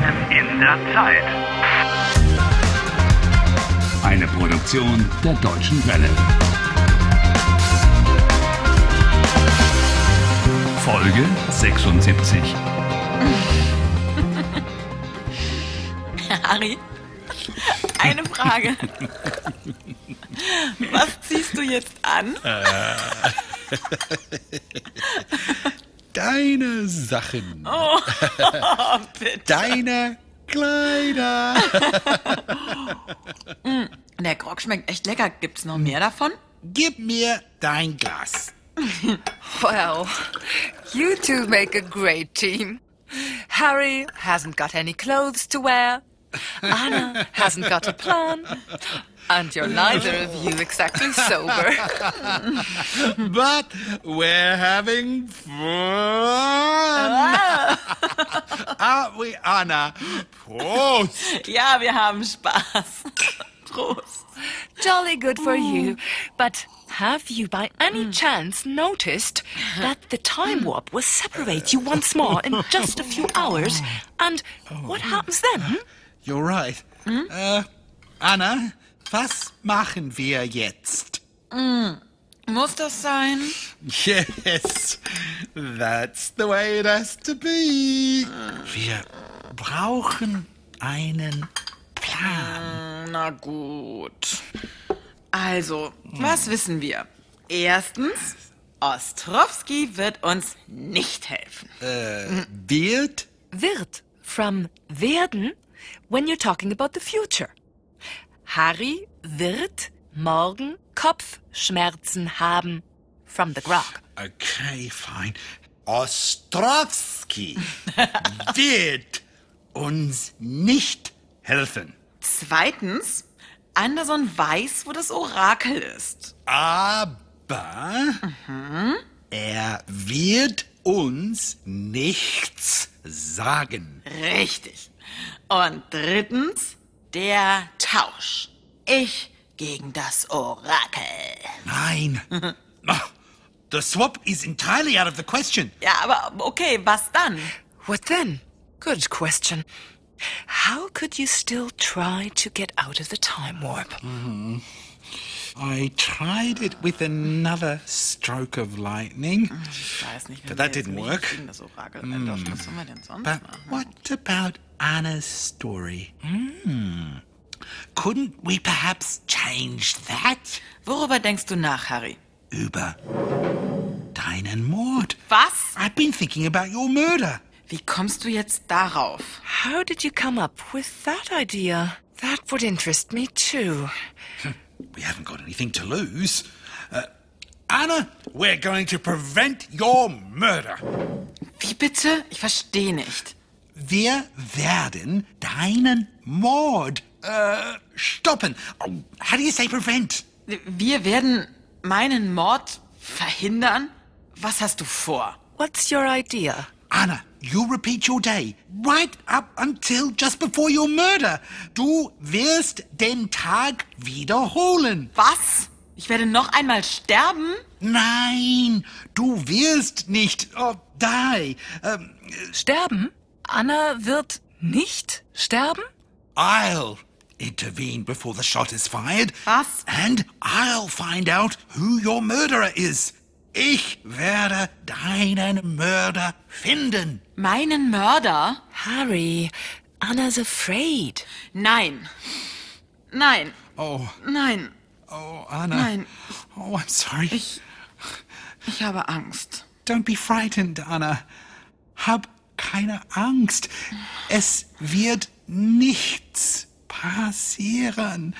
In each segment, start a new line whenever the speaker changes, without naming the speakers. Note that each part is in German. der Zeit.
Eine Produktion der Deutschen Welle. Folge 76.
Harry, eine Frage. Was ziehst du jetzt an?
Deine Sachen.
Oh, bitte.
Deine Kleider.
Der Grog schmeckt echt lecker. Gibt's noch mehr davon?
Gib mir dein Glas.
Well, you two make a great team. Harry hasn't got any clothes to wear. Anna hasn't got a plan. And you're neither of you exactly sober.
But we're having fun.
Ah.
Aren't we, Anna? Prost.
Ja, wir haben Spaß. Prost.
Jolly good for you. Hmm. But have you by any chance noticed that the time warp will separate you once more in just a few hours? And what happens then? hmm?
You're right.
Hm?
Äh, Anna, was machen wir jetzt?
Muss das sein?
Yes, that's the way it has to be.
Ah.
Wir brauchen einen Plan.
Na gut. Also, was wissen wir? Erstens, Ostrowski wird uns nicht helfen.
Wird
Wird from werden when you're talking about the future. Harry wird morgen Kopfschmerzen haben from the grog.
Okay, fine. Ostrowski wird uns nicht helfen.
Zweitens, Anderson weiß, wo das Orakel ist.
Aber er wird uns nichts sagen.
Richtig. Und drittens, der Tausch. Ich gegen das Orakel.
Nein. Ah, The swap is entirely out of the question.
Ja, aber okay, was dann?
What then? Good question. How could you still try to get out of the time warp?
I tried it with another stroke of lightning.
Ich weiß nicht, wenn
But
wir
that
jetzt
didn't
nicht
work. Hm.
gegen das Orakel einlaufen, was sollen wir denn sonst
But
machen?
what about Anna's story? Hmm. Couldn't we perhaps change that?
Worüber denkst du nach, Harry?
Über deinen Mord.
Was?
I've been thinking about your murder.
Wie kommst du jetzt darauf?
How did you come up with that idea? That would interest me too.
We haven't got anything to lose. Uh, Anna, we're going to prevent your murder.
Wie bitte? Ich verstehe nicht.
Wir werden deinen Mord uh, stoppen. Oh, how do you say prevent?
Wir werden meinen Mord verhindern? Was hast du vor?
What's your idea?
Anna, you repeat your day right up until just before your murder. Du wirst den Tag wiederholen.
Was? Ich werde noch einmal sterben?
Nein, du wirst nicht oh, die. Ähm,
Sterben? Anna wird nicht sterben?
I'll intervene before the shot is fired.
Was?
And I'll find out who your murderer is. Ich werde deinen Mörder finden.
Meinen Mörder?
Harry, Anna's afraid.
Nein. Nein.
Oh,
Nein.
oh, Anna.
Nein.
Oh, I'm sorry.
Ich habe Angst.
Don't be frightened, Anna. Hab keine Angst. Es wird nichts passieren.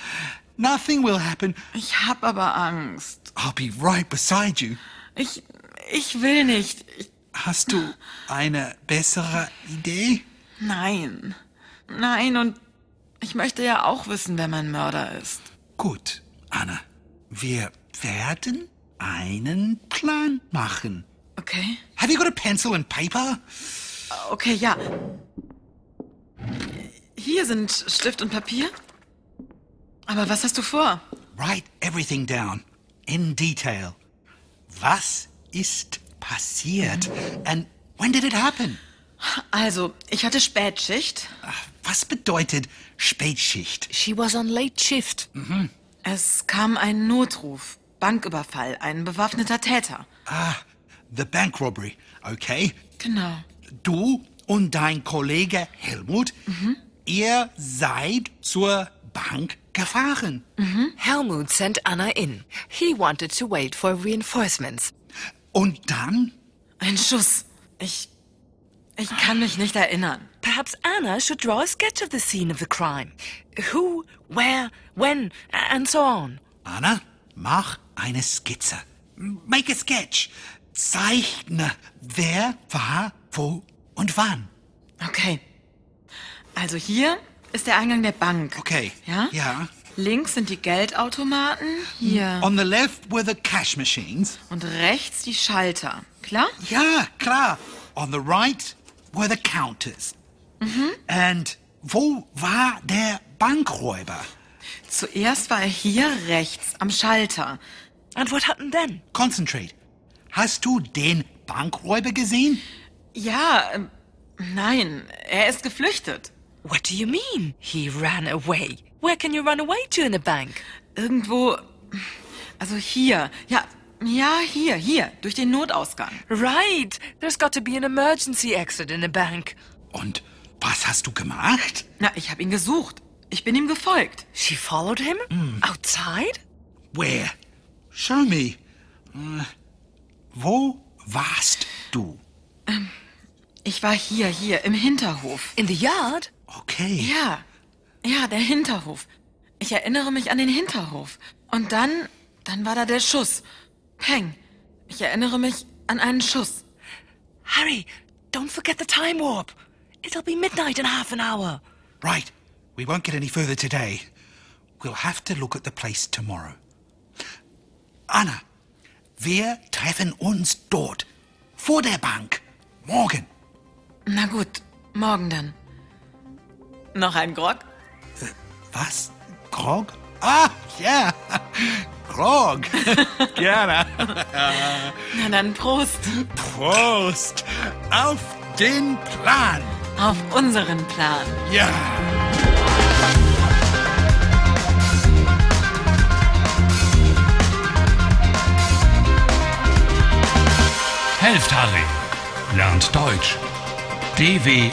Nothing will happen.
Ich habe aber Angst.
I'll be right beside you.
Ich. Ich will nicht. Ich,
Hast du eine bessere Idee?
nein. Nein, und ich möchte ja auch wissen, wer mein Mörder ist.
Gut, Anna. Wir werden einen Plan machen.
Okay?
Have you got a pencil and paper?
Okay, ja. Hier sind Stift und Papier. Aber was hast du vor?
Write everything down in detail. Was ist passiert? And when did it happen?
Also, ich hatte Spätschicht.
Was bedeutet Spätschicht?
She was on late shift.
Es kam ein Notruf. Banküberfall, ein bewaffneter Täter.
Ah, the bank robbery. Okay.
Genau.
Du und dein Kollege Helmut, ihr seid zur Bank gefahren.
Helmut sent Anna in. He wanted to wait for reinforcements.
Und dann?
Ein Schuss. Ich. Ich kann mich nicht erinnern.
Perhaps Anna should draw a sketch of the scene of the crime. Who, where, when, a- and so on.
Anna, mach eine Skizze. Make a sketch. Zeichne, wer, war, wo und wann.
Okay. Also hier ist der Eingang der Bank.
Okay.
Ja?
Ja. Mhm.
Links sind die Geldautomaten. Hier.
On the left were the cash machines.
Und rechts die Schalter. Klar?
Ja, klar. On the right were the counters. And wo war der Bankräuber?
Zuerst war er hier rechts am Schalter.
And what happened then?
Concentrate. Hast du den Bankräuber gesehen?
Ja, ähm, nein, er ist geflüchtet.
What do you mean? He ran away. Where can you run away to in a bank?
Irgendwo. Also hier. Ja, ja, hier, hier. Durch den Notausgang.
Right. There's got to be an emergency exit in a bank.
Und was hast du gemacht?
Na, ich habe ihn gesucht. Ich bin ihm gefolgt.
She followed him? Outside?
Where? Show me. Äh, wo warst du?
Ich war hier, hier, im Hinterhof.
In the yard?
Okay.
Ja, ja, der Hinterhof. Ich erinnere mich an den Hinterhof. Und dann, dann war da der Schuss. Peng. Ich erinnere mich an einen Schuss.
Harry, don't forget the time warp. It'll be midnight in half an hour.
Right. We won't get any further today. We'll have to look at the place tomorrow. Anna, wir treffen uns dort. Vor der Bank. Morgen.
Na gut, morgen dann. Noch ein Grog?
Was? Grog? Ah, ja. Grog. Gerne.
Na dann Prost.
Prost. Auf den Plan.
Auf unseren Plan.
Ja.
Helft Harry. Lernt Deutsch. dw.com/harry.